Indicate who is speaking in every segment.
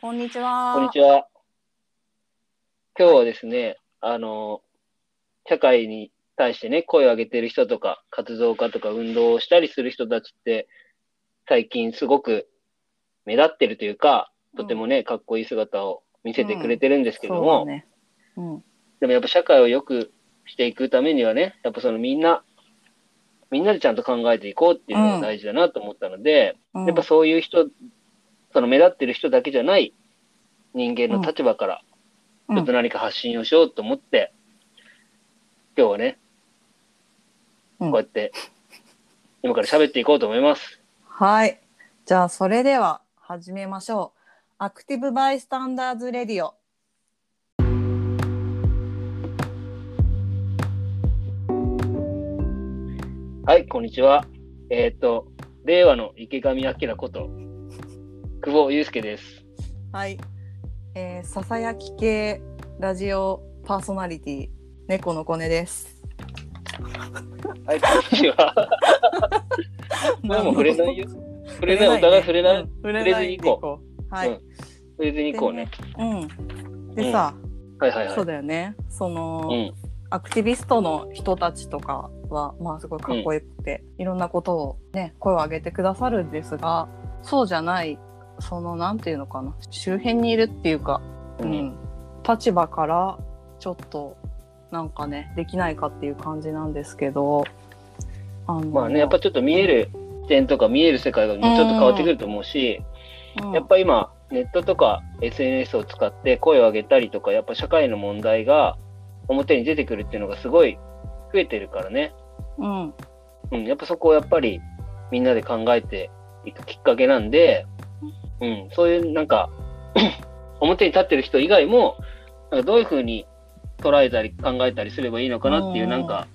Speaker 1: こんにちは。
Speaker 2: こんにちは。今日はですね、あの、社会に対してね、声を上げてる人とか、活動家とか、運動をしたりする人たちって、最近すごく目立ってるというか、とてもね、かっこいい姿を見せてくれてるんですけど
Speaker 1: そう
Speaker 2: も、
Speaker 1: だね。うん。
Speaker 2: でもやっぱ社会を良くしていくためにはね、やっぱそのみんな、みんなでちゃんと考えていこうっていうのが大事だなと思ったので、
Speaker 1: うん
Speaker 2: やっぱそういう人、その目立ってる人だけじゃない人間の立場から、
Speaker 1: うん
Speaker 2: ちょっと何か発信をしようと思って、今日はね、
Speaker 1: うん
Speaker 2: こうやって、今から喋っていこうと思います。
Speaker 1: はい。じゃあ、それでは始めましょう。アクティブバイスタンダーズレディオ。
Speaker 2: はい、こんにちは。えっ、と、令和の池上彰こと、久保祐介です。
Speaker 1: はい。えー、ささやき系ラジオパーソナリティ、猫のコネです。
Speaker 2: はい、こんにちは。これも触れな いよ。触れない、お互い触れな
Speaker 1: う
Speaker 2: い。触
Speaker 1: ん触れ
Speaker 2: れ
Speaker 1: な
Speaker 2: ず
Speaker 1: い
Speaker 2: に
Speaker 1: でい
Speaker 2: 行
Speaker 1: こう。は
Speaker 2: う
Speaker 1: い
Speaker 2: ん。れずに行こうね。
Speaker 1: うん。でさ、
Speaker 2: はいはいはい。
Speaker 1: そうだよね。その、
Speaker 2: うん。
Speaker 1: アクティビストの人たちとかは、まあすごいかっこよくて、いろんなことをね、声を上げてくださるんですが、そうじゃない、その、なんていうのかな、周辺にいるっていうか、う、
Speaker 2: うんん。
Speaker 1: 立場から、ちょっと、なんかね、できないかっていう感じなんですけど、あの
Speaker 2: まあね、やっぱ、ちょっと見える点とか見える世界がもうちょっと変わってくると思うし、
Speaker 1: うん
Speaker 2: やっぱ今、ネットとか SNS を使って声を上げたりとか、やっぱ社会の問題が表に出てくるっていうのがすごい増えてるからね。
Speaker 1: うん、
Speaker 2: うん、やっぱそこをやっぱりみんなで考えていくきっかけなんで、うん、そういうなんか、 表に立ってる人以外も、なんかどういうふうに捉えたり考えたりすればいいのかなっていうう、
Speaker 1: ん
Speaker 2: なんか、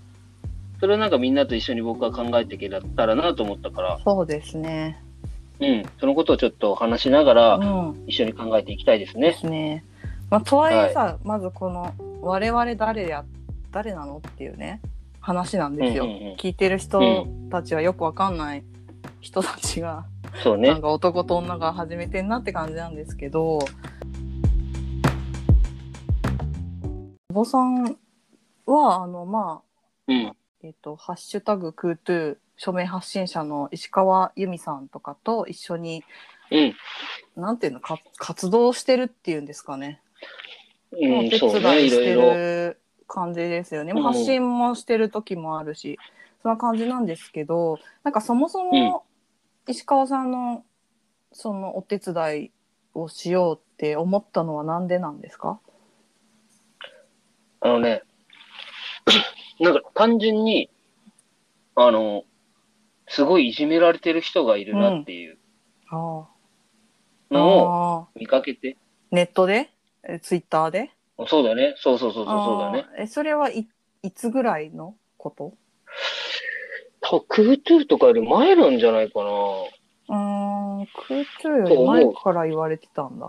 Speaker 2: それをなんかみんなと一緒に僕は考えていけたらなと思ったから、
Speaker 1: そうですね。
Speaker 2: うん、そのことをちょっと話しなが
Speaker 1: う
Speaker 2: ら
Speaker 1: ん。
Speaker 2: 一緒に考えていきたいです
Speaker 1: で
Speaker 2: ね。
Speaker 1: すね。まあ、とはいえさ、まずこの我々誰や誰なのっていうね話なんですよ。
Speaker 2: うんうんうん
Speaker 1: 聞いてる人たちはよくわかんない人たちが、
Speaker 2: そう
Speaker 1: な
Speaker 2: ね
Speaker 1: ん。か男と女が始めてんなって感じなんですけど。お坊さんはあのまあ
Speaker 2: うん。
Speaker 1: えっ、とハッシュタグクートゥー署名発信者の石川由美さんとかと一緒に
Speaker 2: うん。
Speaker 1: なんていうのか活動してるっていうんですかね。
Speaker 2: う
Speaker 1: お
Speaker 2: ん、
Speaker 1: 手
Speaker 2: そうね、
Speaker 1: 伝い
Speaker 2: い
Speaker 1: し
Speaker 2: ろ
Speaker 1: て
Speaker 2: いろ。
Speaker 1: る感じですよね。
Speaker 2: うん
Speaker 1: もう発信もしてる時もあるし、そんな感じなんですけど、なんかそもそも石川さんのそのお手伝いをしようって思ったのはなんでなんですか？
Speaker 2: あのね、 なんか単純に、あの、すごいいじめられてる人がいるなっていう
Speaker 1: ああ
Speaker 2: のを
Speaker 1: ああ
Speaker 2: 見かけて、
Speaker 1: ネットで、えツイッターで。
Speaker 2: そうだね、そうそうそうそうそうだね。
Speaker 1: ああ。えそれはいいつぐらいのこと？
Speaker 2: と、クートゥーとかより前なんじゃないかな。
Speaker 1: うーん、クートゥーより前から言われてたんだ。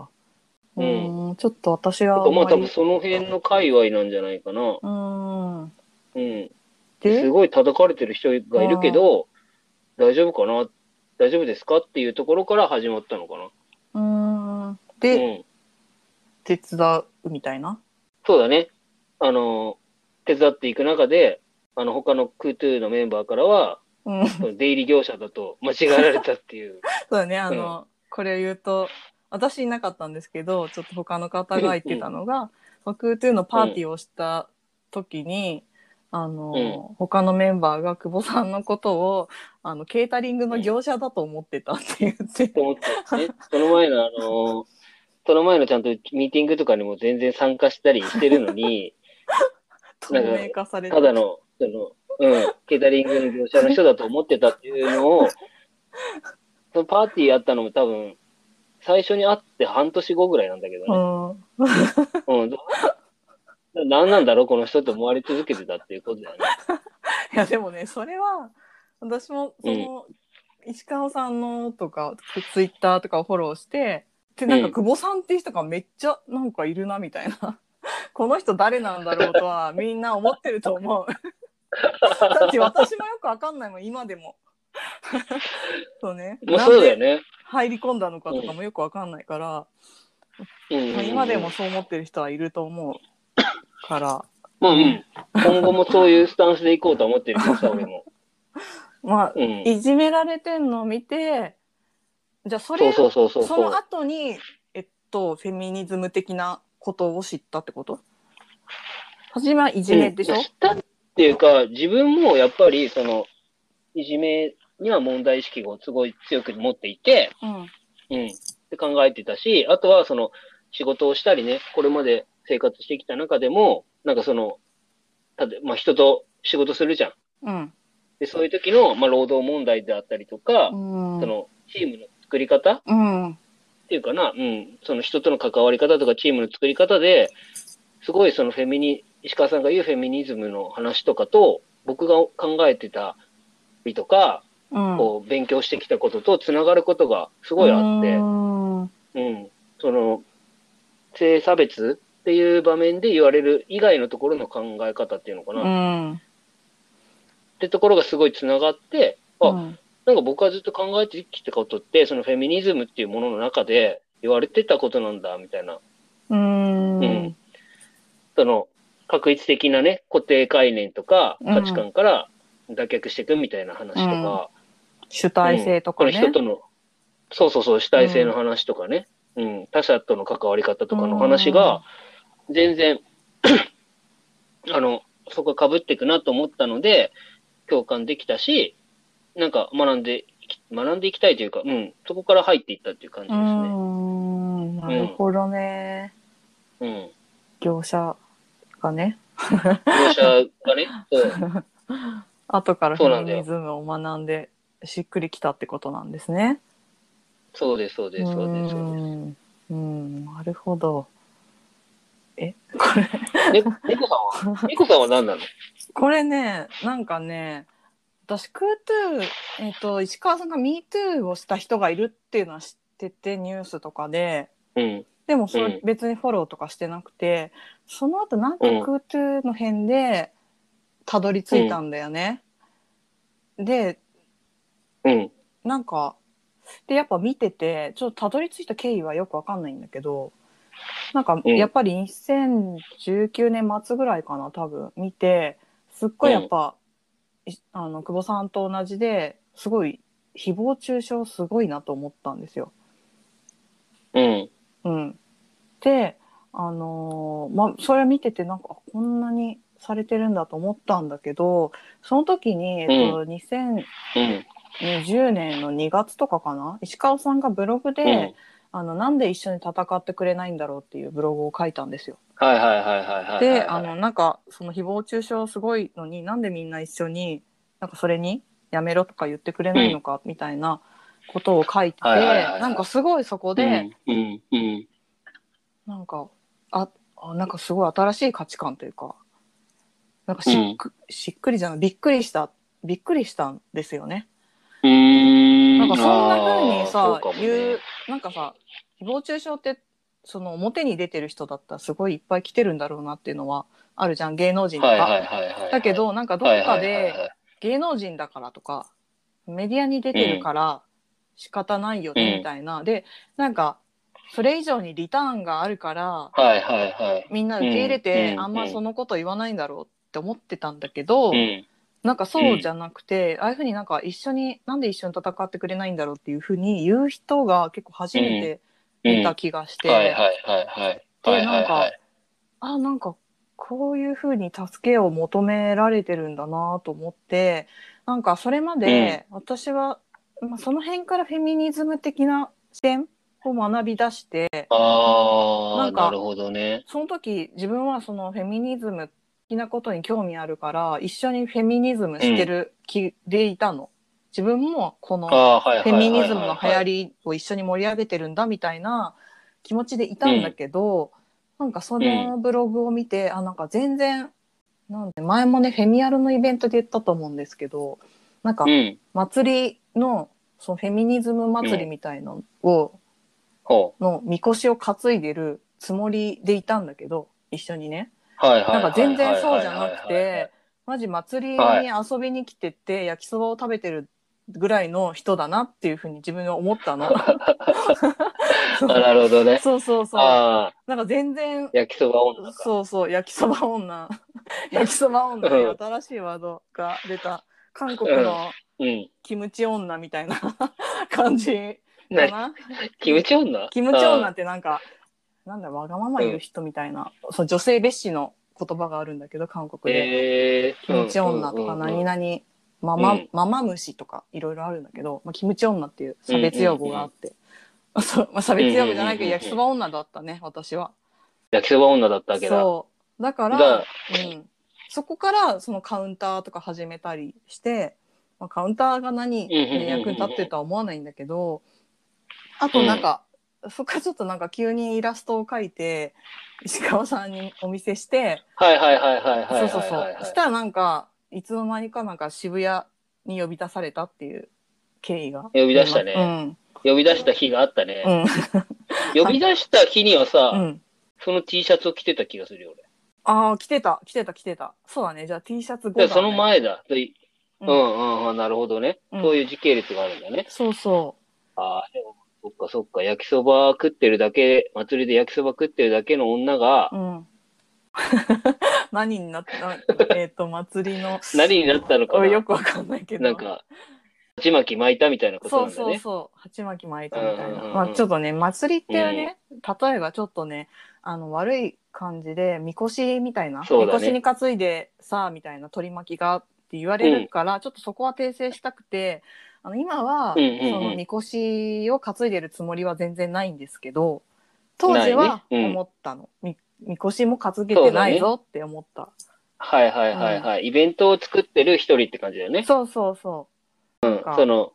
Speaker 1: う
Speaker 2: そう思
Speaker 1: ーん、ちょっと私は
Speaker 2: とかまあ
Speaker 1: あんま
Speaker 2: 多分
Speaker 1: り
Speaker 2: その辺の界隈なんじゃないかな。
Speaker 1: うーん。
Speaker 2: うん。
Speaker 1: で、
Speaker 2: すごい叩かれてる人がいるけど、大丈夫かな大丈夫ですかっていうところから始まったのかな。
Speaker 1: うーん
Speaker 2: う
Speaker 1: で、
Speaker 2: ん。
Speaker 1: 手伝うみたいな。
Speaker 2: そうだね。あの、手伝っていく中で、あの、他のクートゥーのメンバーから は、
Speaker 1: うん、 そ
Speaker 2: その出入り業者だと間違えられたっていう。
Speaker 1: うだね、あの、これを言うと、私いなかったんですけど、ちょっと他の方が言ってたのが、そのクートゥーのパーティーをした時に、あの、他のメンバーが久保さんのことを、あの、ケータリングの業者だと思ってたって言って
Speaker 2: と、思って、ね、その前のあの、その前のちゃんとミーティングとかにも全然参加したりしてるの に、
Speaker 1: 透明化されて
Speaker 2: ただの、その、うん、ケータリングの業者の人だと思ってたっていうのを、そのパーティーやったのも多分、最初に会って半年後ぐらいなんだけどね。
Speaker 1: うん。
Speaker 2: うん。何なんだろうこの人って思われ続けてたっていうことだよね。
Speaker 1: いやでもねそれは私もその、石川さんのとかツイッターとかをフォローしてでなんか
Speaker 2: うん
Speaker 1: 久保さんっていう人がめっちゃなんかいるなみたいな この人誰なんだろうとはみんな思ってると 思うだって私もよくわかんないもん今でも そうね
Speaker 2: まあそうだよ
Speaker 1: なんで
Speaker 2: ね。
Speaker 1: 入り込んだのかとかもよくわかんないから、
Speaker 2: うん
Speaker 1: まあ、今でもそう思ってる人はいると思うから、
Speaker 2: まあ、うん。今後もそういうスタンスでいこうとは思ってるけどさ、俺も。
Speaker 1: まあ、
Speaker 2: うん。
Speaker 1: いじめられてんのを見てじゃあそれ
Speaker 2: そう
Speaker 1: を
Speaker 2: そうそうそう。
Speaker 1: その後にえっとフェミニズム的なことを知ったってこと初めはいじめでしょ、
Speaker 2: うん知ったっていうか、自分もやっぱり、その、いじめには問題意識をすごい強く持っていて、
Speaker 1: うん
Speaker 2: うん、って考えてたし、あとはその、仕事をしたりね、これまで生活してきた中でも、なんかその、たとまあ、人と仕事するじゃん。
Speaker 1: うん
Speaker 2: で、そういう時の、まあ、労働問題であったりとか、
Speaker 1: うん
Speaker 2: その、チームの作り方
Speaker 1: うん
Speaker 2: っていうかな、うん、その人との関わり方とかチームの作り方で、すごいそのフェミニ、石川さんが言うフェミニズムの話とかと、僕が考えてたりとか、
Speaker 1: うん
Speaker 2: こう、勉強してきたこととつながることがすごいあって
Speaker 1: う、ん
Speaker 2: うん、その、性差別っていう場面で言われる以外のところの考え方っていうのかな、
Speaker 1: う
Speaker 2: っ
Speaker 1: ん
Speaker 2: てところがすごいつながって、あ
Speaker 1: うん
Speaker 2: なんか僕はずっと考えてきたことって、そのフェミニズムっていうものの中で言われてたことなんだ、みたいな。
Speaker 1: うん
Speaker 2: うんその、確一的なね、固定概念とか
Speaker 1: うん
Speaker 2: 価値観から脱却していくみたいな話とか、
Speaker 1: 主体性とか
Speaker 2: この
Speaker 1: ね、
Speaker 2: 人との、そうそうそう、主体性の話とかね、うん、他者との関わり方とかの話が、全然、 あの、そこ被っていくなと思ったので、共感できたし、なんか学んでいき、学んでいきたいというか、うん、そこから入っていったっていう感じ
Speaker 1: う
Speaker 2: ですね。
Speaker 1: んなるほどね、
Speaker 2: うん。
Speaker 1: 業者がね
Speaker 2: 業者がね、そう。
Speaker 1: 後からフ
Speaker 2: そうな
Speaker 1: ェ
Speaker 2: んだ
Speaker 1: ミ
Speaker 2: よ
Speaker 1: ニズムを学んでしっくりきたってことなんですね。
Speaker 2: そうです、そうです、そうです、そうです。
Speaker 1: んうんなるほど。えこれ
Speaker 2: ね、猫さんは猫さんは何なの
Speaker 1: これねなんかね私クートゥー、えっと石川さんが「MeToo」をした人がいるっていうのは知っててニュースとかで。
Speaker 2: うん。
Speaker 1: でもそうれ
Speaker 2: ん
Speaker 1: 別にフォローとかしてなくて、その後なんか
Speaker 2: うん
Speaker 1: Kutu の辺でたどり着いたんだよね。で
Speaker 2: うん。
Speaker 1: なんかでやっぱ見ててちょっとたどり着いた経緯はよくわかんないんだけどなんか
Speaker 2: うん
Speaker 1: やっぱり2019年末ぐらいかな多分見てすっごいやっぱ、いあの久保さんと同じですごい誹謗中傷すごいなと思ったんですよ。
Speaker 2: うん。
Speaker 1: うん、で、あのーまあ、それ見ててなんかあこんなにされてるんだと思ったんだけどその時に、えっと
Speaker 2: うん。
Speaker 1: 2020年の2月とかかな石川さんがブログで、
Speaker 2: うん。
Speaker 1: あのなんで一緒に戦ってくれないんだろうっていうブログを書いたんですよ。
Speaker 2: はいはいはいはいはいはい。
Speaker 1: であのなんかその誹謗中傷すごいのになんでみんな一緒になんかそれにやめろとか言ってくれないのかみたいなことを書いてて、
Speaker 2: はいはいはいはい
Speaker 1: なんかすごいそこで。
Speaker 2: うん、うん、うん。
Speaker 1: なんか、あ、あなんかすごい新しい価値観というか、なんかしっく,、しっくりじゃない、びっくりした、びっくりしたんですよね。
Speaker 2: うーん。
Speaker 1: なんかそんな風に
Speaker 2: あーそ
Speaker 1: さ
Speaker 2: うか、もね
Speaker 1: 言う、なんかさ、誹謗中傷って、その表に出てる人だったらすごいいっぱい来てるんだろうなっていうのはあるじゃん、芸能人とか。
Speaker 2: はいはいはいはい。
Speaker 1: だけ、ど、なんかどっかで、
Speaker 2: い
Speaker 1: 芸能人だからとか、メディアに出てるから仕方ないよ
Speaker 2: うん
Speaker 1: ねみたいな。で、なんか、それ以上にリターンがあるから、
Speaker 2: はいはいはい。
Speaker 1: みんな受け入れて、
Speaker 2: うん
Speaker 1: あん
Speaker 2: う
Speaker 1: ま
Speaker 2: ん
Speaker 1: そのこと言わないんだろうって思ってたんだけど、
Speaker 2: うん。
Speaker 1: なんかそうじゃなくて、ああいうふうになんか一緒になんで一緒に戦ってくれないんだろうっていうふうに言う人が結構初めて
Speaker 2: うん。
Speaker 1: 見た気がして、
Speaker 2: はいはいはいはい。はい
Speaker 1: で
Speaker 2: は
Speaker 1: なん
Speaker 2: いは
Speaker 1: か
Speaker 2: い。
Speaker 1: あなんかこういうふうに助けを求められてるんだなと思ってなんかそれまで私は、まあ、その辺からフェミニズム的な視点を学び出して
Speaker 2: あ
Speaker 1: な
Speaker 2: ー、
Speaker 1: んか
Speaker 2: なるほどね。
Speaker 1: その時自分はそのフェミニズム的なことに興味あるから一緒にフェミニズムしてる気でいたの、自分もこのフ
Speaker 2: あー、はいはいはい
Speaker 1: ェ
Speaker 2: はい。
Speaker 1: ミニズムの流行りを一緒に盛り上げてるんだみたいな気持ちでいたんだけど、なんかそのブログを見て、あなんか全然なんで前もねフェミアルのイベントで言ったと思うんですけどなんか
Speaker 2: うん。
Speaker 1: 祭りのそのフェミニズム祭りみたいのを、
Speaker 2: ほ
Speaker 1: のみこしを担いでるつもりでいたんだけど一緒にね
Speaker 2: う。はいはいは。
Speaker 1: ないんか全然そうじゃなくて。マジ祭り
Speaker 2: はい
Speaker 1: に遊びに来てて、焼きそばを食べてるぐらいの人だなっていうふうに自分は思ったの。そ
Speaker 2: あ、な
Speaker 1: う
Speaker 2: るほどね。
Speaker 1: そうそうそう。
Speaker 2: ああ、
Speaker 1: なんか全然、
Speaker 2: 焼きそば女か。
Speaker 1: そうそう、焼きそば 女。焼きそば女っていう新しいワードが出た。韓国の
Speaker 2: うん。
Speaker 1: キムチ女みたいな 感じか
Speaker 2: な
Speaker 1: な。
Speaker 2: キムチ女
Speaker 1: キムチ女
Speaker 2: あ
Speaker 1: ってなんか、なんだ、わがまま言う人みたいな、そう女性蔑視の言葉があるんだけど、韓
Speaker 2: あ
Speaker 1: 国で。
Speaker 2: えー、
Speaker 1: キムチ女とか何々、マ
Speaker 2: う
Speaker 1: マ
Speaker 2: ん、
Speaker 1: ママ虫とかいろいろあるんだけど、まあ、キムチ女っていう差別用語があって。あ そうまあ、差別用語じゃないけ
Speaker 2: うんうんうんうん
Speaker 1: ど、焼きそば女だったね、私は。
Speaker 2: 焼きそば女だったわけだ。
Speaker 1: そう。だから、
Speaker 2: が、
Speaker 1: うん。そこから、そのカウンターとか始めたりして、まあ、カウンターが何で役に立ってるとは思わないんだけど、あとなんか、そっからちょっとなんか急にイラストを描いて、石川さんにお見せして、
Speaker 2: はいはいはいはいはいはいはい、
Speaker 1: そ
Speaker 2: は
Speaker 1: う
Speaker 2: い。
Speaker 1: そうそう。したらなんか、いつの間にかなんか渋谷に呼び出されたっていう経緯が。呼
Speaker 2: び出したね。呼び出した日があった
Speaker 1: う
Speaker 2: ね。
Speaker 1: ん。うん。
Speaker 2: 呼び出した日にはさ、
Speaker 1: うん。
Speaker 2: その T シャツを着てた気がするよ、俺。
Speaker 1: ああ、来てた、来てた、来てた。そうだね。じゃあ T シャツ5
Speaker 2: だ
Speaker 1: だ、ね。
Speaker 2: からその前だ。で
Speaker 1: う
Speaker 2: う
Speaker 1: んん
Speaker 2: うんうん、なるほどね。
Speaker 1: うん
Speaker 2: そういう時系列があるんだね。
Speaker 1: そうそ
Speaker 2: ああ、でも、そっかそっか、焼きそば食ってるだけ、祭りで焼きそば食ってるだけの女が
Speaker 1: う。、うん。 何になった、えっ、と、祭りの。
Speaker 2: 何になったの か
Speaker 1: おい
Speaker 2: な
Speaker 1: よくわかんないけど。
Speaker 2: なんか、鉢巻き巻いたみたいなこと
Speaker 1: そ
Speaker 2: な
Speaker 1: うん
Speaker 2: だ
Speaker 1: そう
Speaker 2: ね。
Speaker 1: そう。鉢巻き巻いたみたい
Speaker 2: うんうん
Speaker 1: な。
Speaker 2: うん
Speaker 1: まあちょっとね、祭りっていうね、例えばちょっとね、あの悪い感じで、みこしみたいな、
Speaker 2: そう
Speaker 1: み
Speaker 2: だね
Speaker 1: こしに担いでさあみたいな取り巻きがって言われるから、ちょっとそこは訂正したくて、あの今は、
Speaker 2: うんうんうん
Speaker 1: そのみこしを担いでるつもりは全然ないんですけど、当時は
Speaker 2: ないねうん
Speaker 1: 思ったの。みみこしも担げてないぞって思った。
Speaker 2: はいはいはいはい。イベントを作ってる一人って感じだよね。
Speaker 1: そうそうそう。なんか
Speaker 2: その、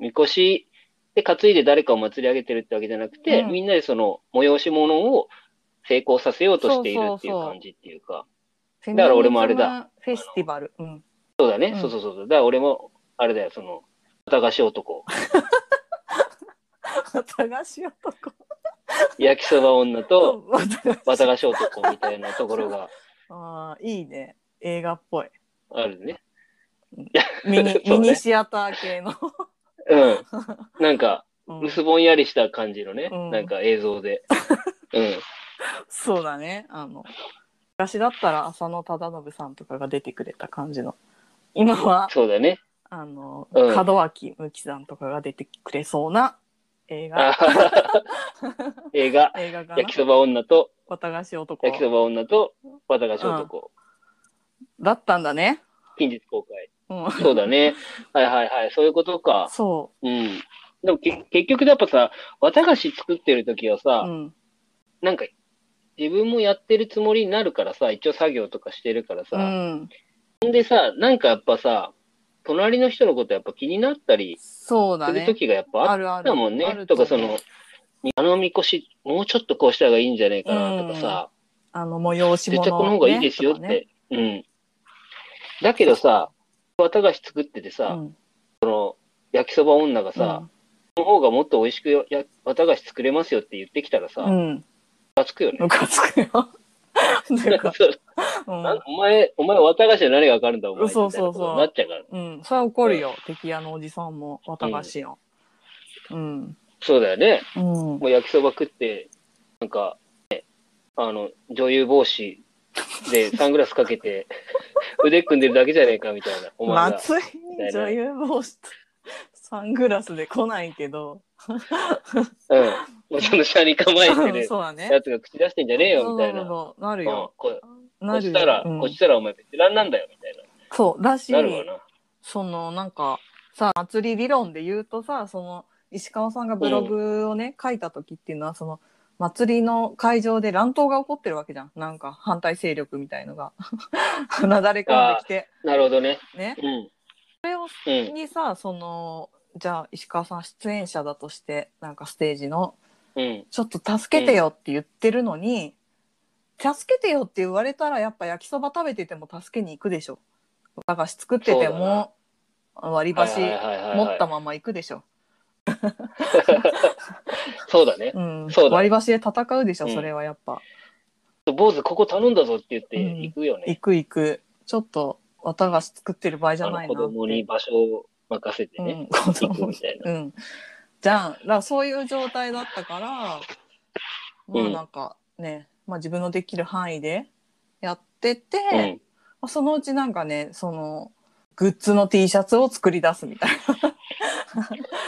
Speaker 2: みこしで担いで誰かを祭り上げてるってわけじゃなくて、
Speaker 1: うん
Speaker 2: みんなでその催し物を成功させようとしているっていう
Speaker 1: そうそうそう
Speaker 2: 感じっていうか。
Speaker 1: フェミ
Speaker 2: だ
Speaker 1: ニズ
Speaker 2: から
Speaker 1: ム
Speaker 2: 俺もあれだ
Speaker 1: フェスティバル。うん。
Speaker 2: そうだね、
Speaker 1: うん
Speaker 2: そうそうそうそう。だから俺も、あれだよ、その、綿菓子男、
Speaker 1: 綿菓子男。
Speaker 2: 焼きそば女と
Speaker 1: 私
Speaker 2: 綿菓子男みたいなところが
Speaker 1: ああいいね映画っぽい
Speaker 2: あるね。
Speaker 1: ミニ,、
Speaker 2: そうね
Speaker 1: ミニシアター系の、
Speaker 2: うん。なんか、
Speaker 1: うん
Speaker 2: むすぼんやりした感じのね、
Speaker 1: うん
Speaker 2: なんか映 像で。うん。
Speaker 1: そうだねあの昔だったら浅野忠信さんとかが出てくれた感じの今は
Speaker 2: そうだね。
Speaker 1: あの、
Speaker 2: うん
Speaker 1: 門脇麦さんとかが出てくれそうな映
Speaker 2: あは
Speaker 1: 画
Speaker 2: は映画、
Speaker 1: 映画かな
Speaker 2: 焼きそば女と、
Speaker 1: 綿菓子男
Speaker 2: 焼きそば女と、綿菓子男、
Speaker 1: だったんだね、
Speaker 2: 近日公開。
Speaker 1: うん、
Speaker 2: そうだね。はいはいはい、そういうことか。
Speaker 1: そ
Speaker 2: うん。でもけ結局やっぱさ、綿菓子作ってる時は
Speaker 1: う、
Speaker 2: さ
Speaker 1: う、ん、
Speaker 2: なんか、自分もやってるつもりになるからさ、一応作業とかしてるから
Speaker 1: う
Speaker 2: さ、
Speaker 1: ん、
Speaker 2: ほんでさ、なんかやっぱさ、隣の人のことやっぱ気になったり
Speaker 1: そうだ
Speaker 2: する
Speaker 1: ね
Speaker 2: 時がやっぱあ
Speaker 1: あるあ
Speaker 2: っ
Speaker 1: る
Speaker 2: たもん
Speaker 1: あ
Speaker 2: ね。
Speaker 1: る
Speaker 2: と
Speaker 1: 思
Speaker 2: か
Speaker 1: う
Speaker 2: その、あのみこし、もうちょっとこうした方がいいんじゃないかなとかさ、
Speaker 1: あの催し物、ね、
Speaker 2: 絶対この方がいいですよっ
Speaker 1: と
Speaker 2: て。
Speaker 1: かね
Speaker 2: うん。だけどさ、綿菓子作っててさ、
Speaker 1: うん
Speaker 2: 焼きそば女がさ、この方がもっと美味しくや綿菓子作れますよって言ってきたらさ、
Speaker 1: うん、うん
Speaker 2: ムカつくよね。
Speaker 1: ムカつくよ。 なんか、
Speaker 2: そう
Speaker 1: うん
Speaker 2: お前、お前、綿菓子で何がわかるんだ、お前。
Speaker 1: そうそうそう
Speaker 2: みたいなことになっちゃうから。、
Speaker 1: うん、それは怒るよ。敵屋のおじさんも、綿菓子の。うん。
Speaker 2: そうだよね。
Speaker 1: うん。
Speaker 2: もう焼きそば食って、なんか、ね、あの、女優帽子で サングラスかけて、腕組んでるだけじゃねえか、みたいな。お前が。
Speaker 1: 夏に女優帽子とサングラスで来ないけ ど。
Speaker 2: うん。もうその車に構えて
Speaker 1: うん
Speaker 2: る
Speaker 1: そうだね。
Speaker 2: やつが口出してんじゃねえよ、みたいな。うん
Speaker 1: そうなるよ。
Speaker 2: こう
Speaker 1: な
Speaker 2: こ
Speaker 1: る
Speaker 2: し
Speaker 1: よ。
Speaker 2: たら、
Speaker 1: うん
Speaker 2: こしたらお前ベテランなんだよ、みたい
Speaker 1: そう。だし
Speaker 2: な。、なるわな。
Speaker 1: そのなんかさ祭り理論で言うとさその石川さんがブログをね、書いた時っていうのはその祭りの会場で乱闘が起こってるわけじゃんなんか反対勢力みたいのが なだれ込んできて
Speaker 2: なるほどね。
Speaker 1: ね
Speaker 2: うん。
Speaker 1: それを
Speaker 2: うん。
Speaker 1: にさそのじゃあ石川さん出演者だとしてなんかステージの
Speaker 2: うん。
Speaker 1: ちょっと助けてよって言ってるのに、助けてよって言われたらやっぱ焼きそば食べてても助けに行くでしょ駄菓子作ってても割り箸持
Speaker 2: 持
Speaker 1: ったまま行くでしょ。
Speaker 2: そうだね。
Speaker 1: うん、
Speaker 2: そうだ
Speaker 1: 割り箸で戦うでしょ、
Speaker 2: うん
Speaker 1: それはやっぱ。
Speaker 2: 坊主ここ頼んだぞって言って
Speaker 1: うん
Speaker 2: 行くよね
Speaker 1: 行。く行く。ちょっと、綿菓子作ってる場合じゃ
Speaker 2: あ
Speaker 1: ない
Speaker 2: の
Speaker 1: な
Speaker 2: 子
Speaker 1: って。
Speaker 2: 供に場所を任せて
Speaker 1: う
Speaker 2: ね。
Speaker 1: ん、子
Speaker 2: 行く
Speaker 1: 供
Speaker 2: み
Speaker 1: に。
Speaker 2: たいな。
Speaker 1: うん。じゃん。だからそういう状態だったから、まあなんかね、まあ自分のできる範囲でやってて、
Speaker 2: うん。
Speaker 1: まあそのうちなんかね、その、グッズの T シャツを作り出すみたいな。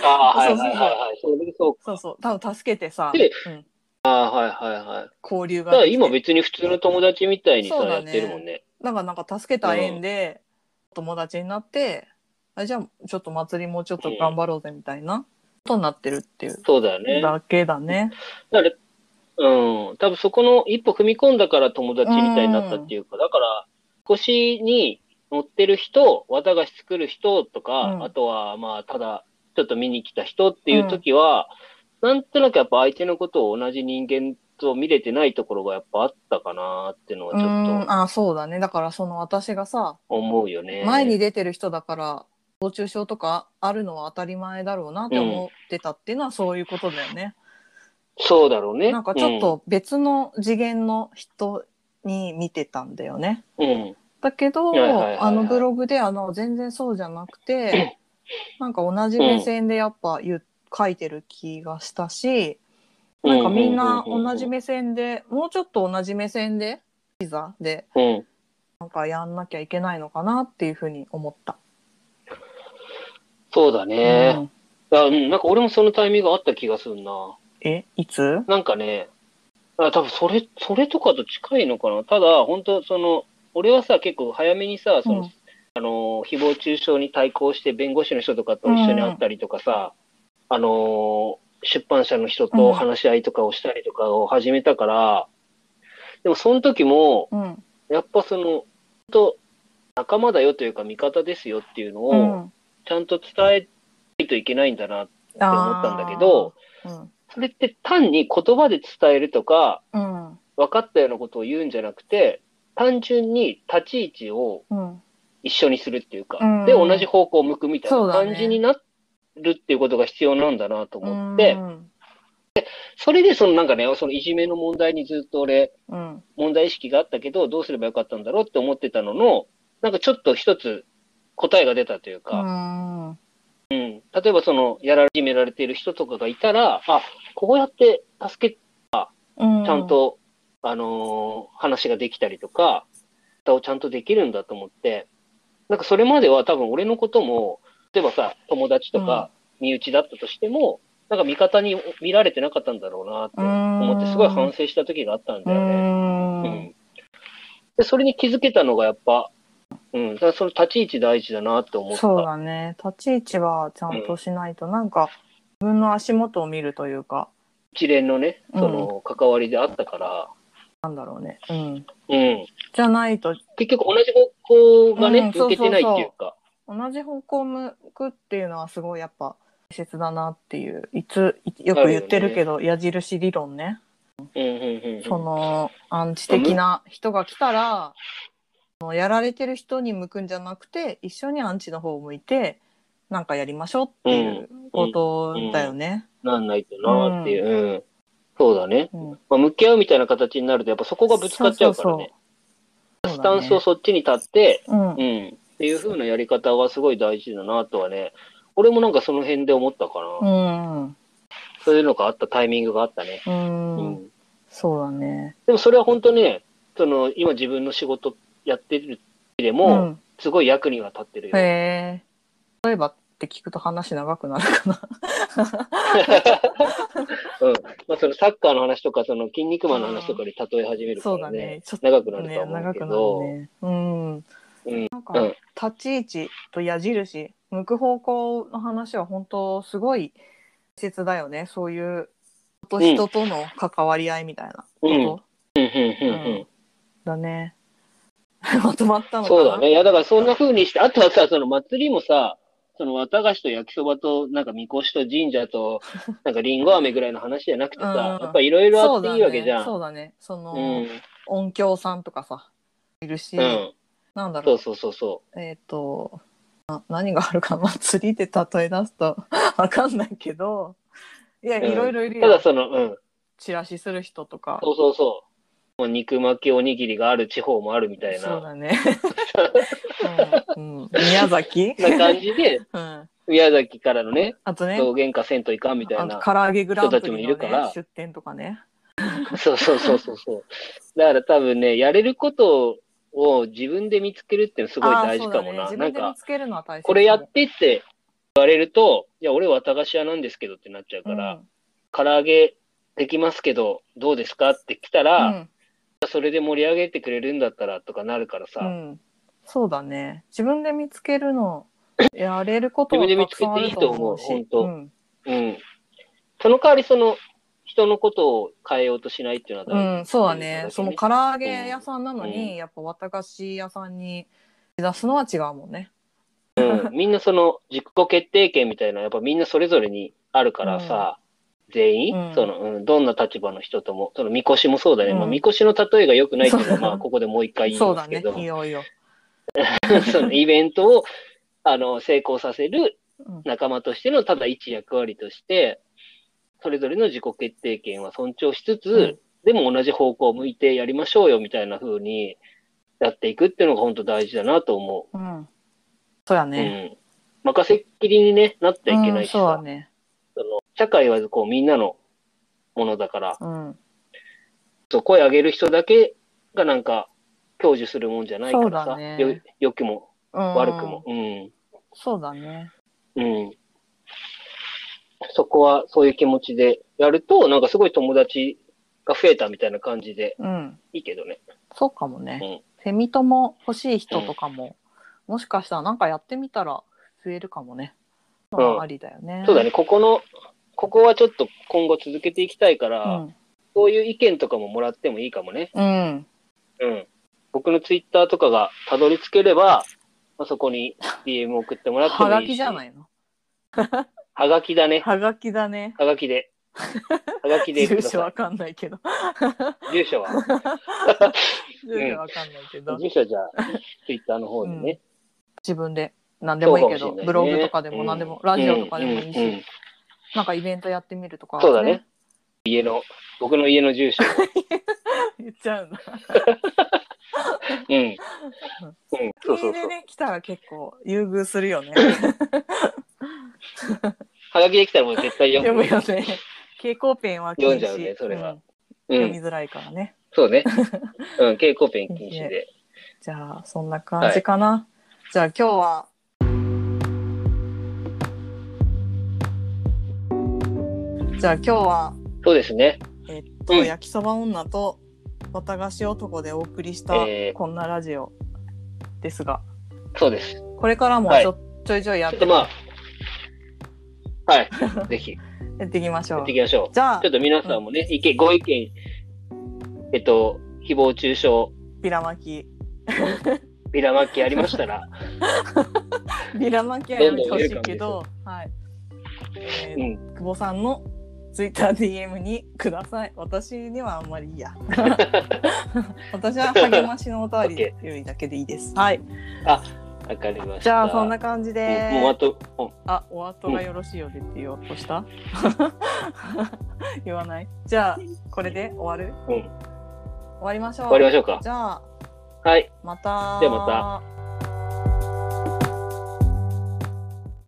Speaker 2: ああ、は
Speaker 1: そ
Speaker 2: い
Speaker 1: そ
Speaker 2: う
Speaker 1: うそう
Speaker 2: はいはいはい。それでそうか。
Speaker 1: そうそう。多分助けてさ、
Speaker 2: で
Speaker 1: うん、
Speaker 2: ああ、はいはいはい。
Speaker 1: 交流
Speaker 2: た
Speaker 1: がで
Speaker 2: だ
Speaker 1: きて。
Speaker 2: 今別に普通の友達みたいにさ、
Speaker 1: そう
Speaker 2: や
Speaker 1: だ
Speaker 2: っ
Speaker 1: ね
Speaker 2: てるもんね。
Speaker 1: だからなんか助けた縁で友達になって、あじゃあちょっと祭りもうちょっと頑張ろうぜみたいなことになってるっていう
Speaker 2: そうだよね。
Speaker 1: だけだね。
Speaker 2: だから、うん、多分そこの一歩踏み込んだから友達みたいになったっていうか、だから、腰に乗ってる人、綿菓子作る人とか、
Speaker 1: うん
Speaker 2: あとは、まあ、ただ、ちょっと見に来た人っていう時は、なんとなくやっぱ相手のことを同じ人間と見れてないところがやっぱあったかなっていうのは
Speaker 1: う
Speaker 2: ちょっ
Speaker 1: ん、あそうだね。だからその私がさ、
Speaker 2: と思うよね。
Speaker 1: 前に出てる人だから、誹謗中傷とかあるのは当たり前だろうなって思ってたっていうのはそういうことだよね。
Speaker 2: そうだろうね。
Speaker 1: なんかちょっと別の次元の人に見てたんだよね。
Speaker 2: うん、うん、
Speaker 1: だけど、
Speaker 2: はいはいはいはい
Speaker 1: あのブログであの全然そうじゃなくて、 なんか同じ目線でやっぱ言う書いてる気がしたし、なんかみんな同じ目線で、もうちょっと同じ目線で、ピザで
Speaker 2: うん。
Speaker 1: なんかやんなきゃいけないのかなっていうふうに思った。
Speaker 2: そうだ
Speaker 1: う
Speaker 2: ね。
Speaker 1: ん
Speaker 2: あうん、なんか俺もそのタイミングあった気がするな。
Speaker 1: え、いつ
Speaker 2: なんかね、あ多分それ、それとかと近いのかな。ただ、本当その、俺はさ、結構早めにさ、その、
Speaker 1: うん
Speaker 2: あの、誹謗中傷に対抗して弁護士の人とかと一緒に会ったりとかさ、あの、出版社の人と話し合いとかをしたりとかを始めたから、でもその時も、
Speaker 1: うん。
Speaker 2: やっぱその、本当仲間だよというか味方ですよっていうの
Speaker 1: う
Speaker 2: を、
Speaker 1: ん。
Speaker 2: ちゃんと伝えないといけないんだなって思ったんだけど、
Speaker 1: あー、
Speaker 2: それって単に言葉で伝えるとか、
Speaker 1: うん。うん。
Speaker 2: 分かったようなことを言うんじゃなくて、単純に立ち位置を
Speaker 1: うん。
Speaker 2: 一緒にするっていうか、
Speaker 1: うん
Speaker 2: で、同じ方向を向くみたい
Speaker 1: そう
Speaker 2: な
Speaker 1: だね
Speaker 2: 感じになるっていうことが必要なんだなと思って、
Speaker 1: うん。
Speaker 2: それでそのなんかね、そのいじめの問題にずっと俺、
Speaker 1: うん。
Speaker 2: 問題意識があったけど、どうすればよかったんだろうって思ってたのの、なんかちょっと一つ答えが出たという
Speaker 1: う
Speaker 2: か、
Speaker 1: ん。
Speaker 2: うん、例えばその、やられ、いじめられている人とかがいたら、あ、こうやって助け
Speaker 1: うん
Speaker 2: ちゃん。と、あのー話ができたりとか、歌をちゃんとできるんだと思って、なんかそれまでは多分俺のことも、例えばさ、友達とか身内だったとしても、なんか味方に見られてなかったんだろうなって思って、すごい反省した時があったん
Speaker 1: う
Speaker 2: だよね。
Speaker 1: ん。
Speaker 2: うん。で、それに気づけたのがやっぱ、うん、だからその立ち位置大事だなって思った。
Speaker 1: そうだね。立ち位置はちゃんとしないと、なんか、自分の足元を見るというか、
Speaker 2: 一連のね、その関わりであったから、
Speaker 1: なんだろうね。うん。
Speaker 2: うん。
Speaker 1: じゃないと、
Speaker 2: 結局同じ方向が
Speaker 1: うん
Speaker 2: ね、抜けてないっていうか、
Speaker 1: 同じ方向を向くっていうのはすごいやっぱ、大切だなっていう、いつ、いよく言ってるけど、矢印理論ね。
Speaker 2: うんうんうんうん。
Speaker 1: その、アンチ的な人が来たら、もうやられてる人に向くんじゃなくて、一緒にアンチの方を向いて、なんかやりましょうっていうことだよね。
Speaker 2: なんないとなっていう、うんそうだね、
Speaker 1: うん。
Speaker 2: まあ、向き合うみたいな形になるとやっぱそこがぶつかっちゃうからね
Speaker 1: そうそうそう
Speaker 2: スタンスをそっちに立って、
Speaker 1: うん
Speaker 2: う。ん、っていう風なやり方はすごい大事だなとはね俺もなんかその辺で思ったか
Speaker 1: う
Speaker 2: な、
Speaker 1: ん。
Speaker 2: そういうのがあったタイミングがあったね、
Speaker 1: う
Speaker 2: うん
Speaker 1: ん。そうだね。
Speaker 2: でもそれは本当ねその今自分の仕事やってる時で
Speaker 1: う
Speaker 2: も、
Speaker 1: ん。
Speaker 2: すごい役には立ってるよ、
Speaker 1: へえ。例えばって聞くと話長くなるかな。
Speaker 2: うんまあ、そのサッカーの話とかその筋肉マンの話とかで例え始めるか
Speaker 1: そう
Speaker 2: ら
Speaker 1: だ
Speaker 2: ね
Speaker 1: ね。ちょっ
Speaker 2: 長くな
Speaker 1: と
Speaker 2: る
Speaker 1: ね、
Speaker 2: とは思
Speaker 1: 長
Speaker 2: うけ
Speaker 1: くな
Speaker 2: ど、
Speaker 1: るね。うん。なんか、
Speaker 2: うん
Speaker 1: 立ち位置と矢印、向く方向の話は本当すごい大切だよね。そういう人と人との関わり合いみたいなこ
Speaker 2: うんうんうんうん
Speaker 1: うんとだね。 まとまったのかな。
Speaker 2: そうだね。いや、だからそんな風にして、あとはさ、その祭りもさ、その綿菓子と焼きそばと、なんかみこしと神社 と、なんかりんご飴ぐらいの話じゃなくてさ、
Speaker 1: うん
Speaker 2: やっぱいろいろあ
Speaker 1: そ
Speaker 2: っ
Speaker 1: う
Speaker 2: て
Speaker 1: だ
Speaker 2: いいわけじ
Speaker 1: ね
Speaker 2: ゃ。ん。
Speaker 1: そうだね。その、
Speaker 2: うん。
Speaker 1: 音響さんとかさ、いるし、
Speaker 2: うん。
Speaker 1: なんだろ、
Speaker 2: そううそうそうそ
Speaker 1: えっ、と、あ何があるかな、釣りで例え出すと わかんないけど、いや、
Speaker 2: うん。
Speaker 1: いろいろいうる
Speaker 2: ただ
Speaker 1: よ。
Speaker 2: その、うん。
Speaker 1: チラシする人とか。
Speaker 2: そうそうそう。もう肉巻きおにぎりがある地方もあるみたい
Speaker 1: そう
Speaker 2: な、
Speaker 1: だね。うんうん宮崎
Speaker 2: な感じで、
Speaker 1: うん。
Speaker 2: 宮崎からのね、
Speaker 1: あとね、
Speaker 2: どう喧嘩せんといかんみた
Speaker 1: あ
Speaker 2: い
Speaker 1: の
Speaker 2: な。
Speaker 1: 唐揚げグランプリの、ね、
Speaker 2: 人たちもいるから
Speaker 1: 出店とかね。
Speaker 2: そうそうそうそうそう。だから多分ね、やれることを自分で見つけるってのすごい
Speaker 1: ああ
Speaker 2: 大事かもな。
Speaker 1: そうだね、自
Speaker 2: な
Speaker 1: 分
Speaker 2: ん
Speaker 1: で見
Speaker 2: か、
Speaker 1: つけるのは大切
Speaker 2: これやってって言われると、いや、俺は駄菓子屋なんですけどってなっちゃう
Speaker 1: う
Speaker 2: か
Speaker 1: ん
Speaker 2: ら、唐揚げできますけど、どうですかって来たら、
Speaker 1: うん
Speaker 2: それで盛り上げてくれるんだったらとかなるからさ、
Speaker 1: うん、そうだね自分で見つけるのやれることは
Speaker 2: 自
Speaker 1: た
Speaker 2: 分で見
Speaker 1: く
Speaker 2: つけ
Speaker 1: さんあ
Speaker 2: てい
Speaker 1: る
Speaker 2: い
Speaker 1: と
Speaker 2: と思
Speaker 1: 思
Speaker 2: う
Speaker 1: うし
Speaker 2: 本当
Speaker 1: うん
Speaker 2: うん。その代わり、その、人のことを変えようとしないっていうのは
Speaker 1: うん、そうだね。その
Speaker 2: か
Speaker 1: 唐揚げ屋さんなのに、
Speaker 2: うん
Speaker 1: やっぱ綿菓子屋さんに出すのは違うもんね。
Speaker 2: うん、みんなその、自己決定権みたいなのはやっぱみんなそれぞれにあるからさ、全員、
Speaker 1: うん
Speaker 2: その、うん、どんな立場の人とも、その、みこしもそうだね。
Speaker 1: うん
Speaker 2: まあ、みこしの例えが良くないっていうのは、
Speaker 1: そうだ
Speaker 2: まあ、ここでもう一回言い
Speaker 1: そう
Speaker 2: ま
Speaker 1: だ
Speaker 2: すけ
Speaker 1: ね
Speaker 2: ど、。
Speaker 1: いいよいいよ。
Speaker 2: そのイベントを、あの、成功させる
Speaker 1: うん
Speaker 2: 仲間としての、ただ一役割として、それぞれの自己決定権は尊重しつつ、
Speaker 1: うん
Speaker 2: でも同じ方向を向いてやりましょうよみたいな風にやっていくっていうのが本当大事だなと思
Speaker 1: うん。そうや
Speaker 2: う。
Speaker 1: ね。
Speaker 2: うん。任せっきりに、ね、なってはいけな
Speaker 1: うん
Speaker 2: いし
Speaker 1: そうだ
Speaker 2: さ、
Speaker 1: ね。
Speaker 2: その社会はこうみんなのものだから、
Speaker 1: うん。
Speaker 2: そう声上げる人だけがなんか享受するもんじゃないから
Speaker 1: そうだ
Speaker 2: さ、
Speaker 1: ね
Speaker 2: よ良くも
Speaker 1: うん
Speaker 2: 悪くも。。うん
Speaker 1: そうだね。
Speaker 2: うん。そこはそういう気持ちでやると、なんかすごい友達が増えたみたいな感じで
Speaker 1: うん。
Speaker 2: いいけどね。
Speaker 1: そうかもね。セミとも欲しい人とかも、もしかしたらなんかやってみたら増えるかもね。
Speaker 2: うん
Speaker 1: ありだよね。
Speaker 2: そうだね、ここの、ここはちょっと今後続けていきたいから、そういう意見とかももらってもいいかもね。
Speaker 1: うん。うん。
Speaker 2: うん。僕のツイッターとかがたどり着ければ、まあ、そこに DM 送ってもらってもいいし。。
Speaker 1: はがきじゃないいの。
Speaker 2: はがきだね。
Speaker 1: はがきだね。
Speaker 2: はがきで。はがき でく
Speaker 1: 住所
Speaker 2: ださ
Speaker 1: わ
Speaker 2: い。
Speaker 1: かんないけど。
Speaker 2: 住所は。
Speaker 1: 住所わかんないけど。
Speaker 2: 住所じゃあ、ツイッターの方でね。
Speaker 1: 自分で何でもいいけ
Speaker 2: そ
Speaker 1: ど
Speaker 2: うかもしれないね
Speaker 1: ブログとかでも何でも、ラジオとかでもいいし、
Speaker 2: うんうんうん
Speaker 1: なんかイベントやってみるとか、
Speaker 2: そうだね。家の、僕の家の住所。
Speaker 1: 言っちゃうんだ
Speaker 2: うん。うん、そうそうそう
Speaker 1: 家。でね来たら結構優遇するよね
Speaker 2: はがきできたらもう絶対 読
Speaker 1: 読
Speaker 2: む。
Speaker 1: むよね蛍光ペンは禁止
Speaker 2: 読んじゃうねそれは
Speaker 1: ん
Speaker 2: う
Speaker 1: 読み
Speaker 2: ん、
Speaker 1: づらいからね
Speaker 2: そう ね。うん、蛍光ペン禁止で。
Speaker 1: じゃあそんな感じかな、じゃあ今日はじゃあ今日は
Speaker 2: そうですね。
Speaker 1: えっと、
Speaker 2: うん
Speaker 1: 焼きそば女と綿菓子男でお送りした
Speaker 2: えー
Speaker 1: こんなラジオですが、
Speaker 2: そうです。ちょ
Speaker 1: これからも
Speaker 2: はい
Speaker 1: ちょ,、ちょいちょいやっ
Speaker 2: ってとまあ、はい。 ぜひ、や
Speaker 1: やっていきましょう
Speaker 2: ってい。きましょ
Speaker 1: じゃあ
Speaker 2: う。ちょっ、と皆さんもね、意見、ご意見、えっと、誹謗中傷、
Speaker 1: ビラ巻
Speaker 2: ビラ巻きありましたら、
Speaker 1: き。ビラ巻きはやめてほしい
Speaker 2: どんどん増え
Speaker 1: け
Speaker 2: るかも
Speaker 1: ど、はい。え
Speaker 2: う
Speaker 1: ー
Speaker 2: ん。
Speaker 1: 久保さんのツイッター DM にください。私にはあんまりいい や。私は励ましのおたわりよりだけでいいです。はい。
Speaker 2: わかりました。
Speaker 1: じゃあ、そんな感じで。
Speaker 2: もう、もうあと、も
Speaker 1: あ、お後がよろしいようでって言おうとした 言わないじゃあ、これで終わる
Speaker 2: ううん。
Speaker 1: 終わりましょう。
Speaker 2: 終わりましょうか。
Speaker 1: じゃあ、
Speaker 2: はい。
Speaker 1: また。
Speaker 2: じゃあま
Speaker 1: た。